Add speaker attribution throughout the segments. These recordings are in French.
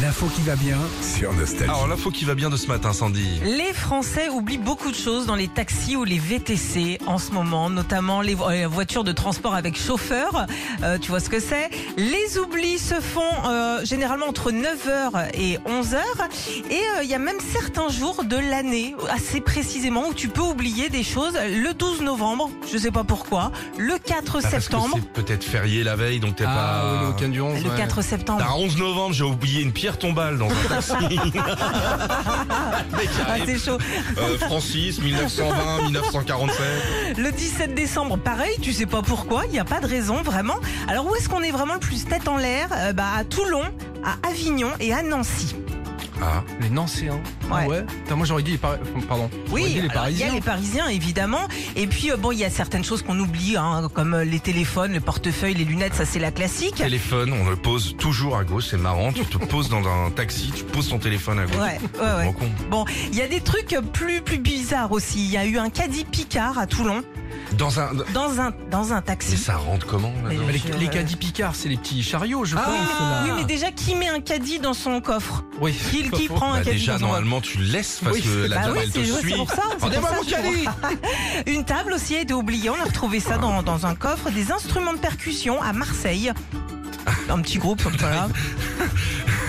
Speaker 1: L'info qui va bien sur Nostalgie.
Speaker 2: Alors l'info qui va bien de ce matin, Sandy.
Speaker 3: Les Français oublient beaucoup de choses dans les taxis ou les VTC en ce moment, notamment les, vo- les voitures de transport avec chauffeur. Euh, tu vois ce que c'est Les oublis se font euh, généralement entre 9h et 11h. Et euh, il y a même certains jours de l'année, assez précisément, où tu peux oublier des choses. Le 12 novembre, je sais pas pourquoi. Le 4
Speaker 2: Ah, parce que
Speaker 3: septembre.
Speaker 2: C'est peut-être férié la veille, donc t'es
Speaker 4: Ah, oui,
Speaker 2: pas.
Speaker 4: le week-end du 11.
Speaker 3: Le
Speaker 4: ouais.
Speaker 3: 4 septembre.
Speaker 2: T'as 11 novembre, j'ai oublié une pierre tombale dans un taxi. Le mec
Speaker 3: Ah,
Speaker 2: arrive,
Speaker 3: c'est chaud.
Speaker 2: euh, Francis, 1920, 1947.
Speaker 3: Le 17 décembre, pareil, tu sais pas pourquoi, il n'y a pas de raison vraiment. Alors où est-ce qu'on est vraiment le plus tête en l'air Euh, Bah à Toulon, à Avignon et à Nancy.
Speaker 2: Ah,
Speaker 4: Les Nancéens.
Speaker 3: Ouais.
Speaker 4: Ah ouais. Putain, moi j'aurais dit les Par- Pardon. J'aurais dit les
Speaker 3: alors, il y
Speaker 4: Parisiens.
Speaker 3: a les Parisiens évidemment. Et puis euh, bon, il y a certaines choses qu'on oublie, hein, comme euh, les téléphones, le portefeuille, les lunettes, ça c'est la classique.
Speaker 2: téléphone, on le pose toujours à gauche, c'est marrant. Tu te poses dans un taxi, tu poses ton téléphone à gauche.
Speaker 3: Ouais, ouais, ouais.
Speaker 2: Bon con.
Speaker 3: Bon, il y a des trucs plus plus bizarres aussi. Il y a eu un caddie Picard à Toulon
Speaker 2: Dans un.
Speaker 3: dans un dans un taxi.
Speaker 2: Mais ça rentre comment là,
Speaker 3: Mais
Speaker 2: dans-
Speaker 4: Mais les,
Speaker 3: Je-
Speaker 4: les caddies Picard, c'est les petits chariots, je
Speaker 2: Ah,
Speaker 4: pense. là.
Speaker 3: Oui, mais déjà qui met un caddie dans son coffre
Speaker 4: Oui.
Speaker 3: Qui, qui prend un
Speaker 2: Bah,
Speaker 3: caddie
Speaker 2: déjà,
Speaker 3: dans son coffre
Speaker 2: normalement, tu le laisses parce
Speaker 4: Oui,
Speaker 2: que la
Speaker 3: Bah
Speaker 2: dame,
Speaker 3: oui,
Speaker 2: elle te
Speaker 3: c'est ouais, c'est
Speaker 2: suit.
Speaker 3: pour ça. c'est pour
Speaker 2: Rendez-moi
Speaker 3: ça,
Speaker 2: mon
Speaker 3: je-
Speaker 2: caddie
Speaker 3: Une table aussi a été oubliée. On a retrouvé ça dans, dans un coffre. Des instruments de percussion à Marseille. Un petit groupe, voilà.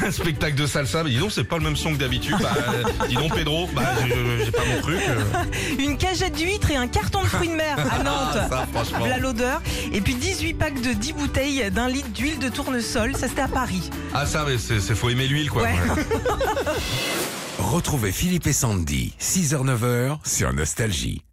Speaker 2: un spectacle de salsa, mais dis donc, c'est pas le même son que d'habitude. Bah, euh, dis donc, Pedro, bah, j'ai- j'ai pas mon truc. euh.
Speaker 3: Une cagette d'huîtres et un carton de fruits de mer à Nantes.
Speaker 2: Ah, Ça, franchement.
Speaker 3: Voilà l'odeur. Et puis 18 packs de 10 bouteilles d'un litre d'huile de tournesol. Ça, c'était à Paris.
Speaker 2: Ah, ça, mais c'est, c'est- faut aimer l'huile, quoi.
Speaker 3: Ouais.
Speaker 1: Retrouvez Philippe et Sandy, 6h-9h sur Nostalgie.